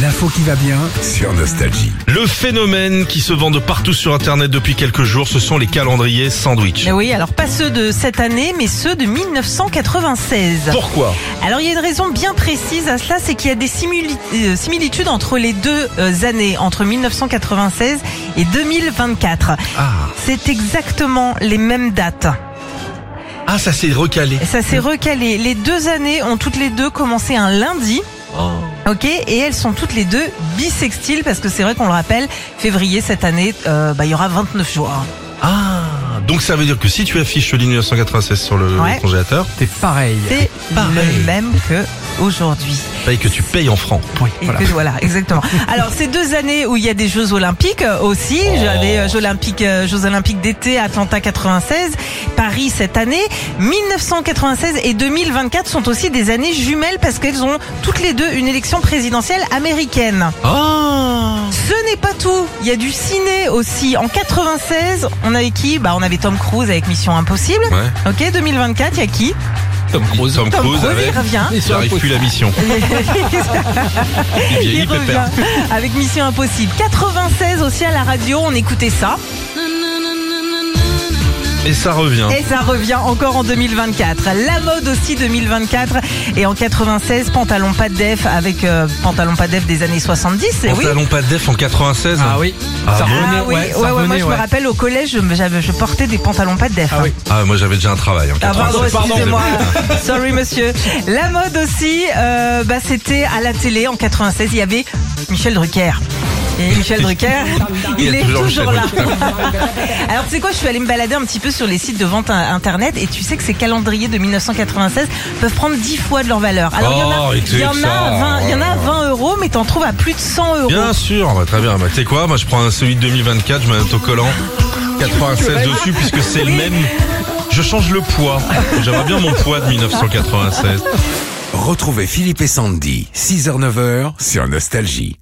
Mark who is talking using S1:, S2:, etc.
S1: L'info qui va bien sur Nostalgie.
S2: Le phénomène qui se vend de partout sur Internet depuis quelques jours, ce sont les calendriers sandwich.
S3: Eh oui, alors pas ceux de cette année, mais ceux de 1996.
S2: Pourquoi
S3: Alors il y a une raison bien précise à cela, c'est qu'il y a des simili- euh, similitudes entre les deux euh, années, entre 1996 et 2024.
S2: ah.
S3: C'est exactement les mêmes dates.
S2: ah, ça s'est recalé.
S3: Et Ça s'est recalé. Les deux années ont toutes les deux commencé un lundi. Ok, et elles sont toutes les deux bisextiles parce que c'est vrai qu'on le rappelle, février cette année, euh, bah, il y aura 29 jours.
S2: Ah, donc ça veut dire que si tu affiches le 1996 sur le
S3: Ouais.
S2: congélateur,
S1: C'est pareil.
S3: C'est
S2: pareil.
S3: le même que aujourd'hui.
S2: paye que tu payes en francs.
S1: Oui,
S3: Et
S1: voilà.
S3: que- voilà, exactement. Alors, ces deux années où il y a des Jeux Olympiques euh, aussi, j'avais euh, Jeux Olympiques, euh, Jeux Olympiques d'été, Atlanta 96, Paris cette année, 1996 et 2024 sont aussi des années jumelles parce qu'elles ont toutes les deux une élection présidentielle américaine.
S2: Ah.
S3: Ce n'est pas tout. Il y a du ciné aussi. En 96, on avait qui Bah, on avait Tom Cruise avec Mission Impossible.
S2: Ouais.
S3: Ok, 2024, il y a qui
S2: Tom Cruise. Tom
S3: Tom Cruise,
S2: avec.
S3: il revient.
S2: Il arrive plus la mission. Il vieillit,
S3: Il revient
S2: pépère.
S3: avec Mission Impossible. 96 aussi à la radio, on écoutait ça.
S2: Et ça revient.
S3: Et ça revient encore en 2024. La mode aussi 2024. Et en 96, pantalon pas de def avec euh, pantalon pas de def des années 70. Et oui.
S2: Pantalon pas de def en 96.
S1: Ah oui,
S2: Ah
S1: ça
S2: bon
S1: revenait,
S3: Ah oui,
S1: ouais, ça
S3: ouais, ouais, moi
S1: revenait,
S3: je me
S1: ouais.
S3: rappelle au collège, je, me- j'avais- je portais des pantalons pas de def. hein.
S1: Ah oui.
S2: Ah, moi j'avais déjà un travail en
S3: Ah, pardon,
S2: 96.
S3: excusez-moi. Sorry, monsieur. La mode aussi, euh, bah, c'était à la télé en 96. Il y avait Michel Drucker. Et Michel Drucker,
S2: Il
S3: il,
S2: y a
S3: est
S2: toujours
S3: toujours, là.
S2: Michel
S3: Alors, tu sais quoi, je suis allée me balader un petit peu sur les sites de vente euh, internet et tu sais que ces calendriers de 1996 peuvent prendre 10 fois de leur valeur. Alors, il y en a-
S2: Oh, et que
S3: il y, en
S2: ça.
S3: a à 20 il y en a à 20 euros, mais t'en trouves à plus de 100 euros.
S2: Bien sûr, bah, très bien. Bah, tu sais quoi, moi je prends un celui de 2024, je mets un autocollant 96 dessus puisque c'est le même. Je change le poids. J'aimerais bien mon poids de 1996.
S1: Retrouvez Philippe et Sandy, 6h-9h sur Nostalgie.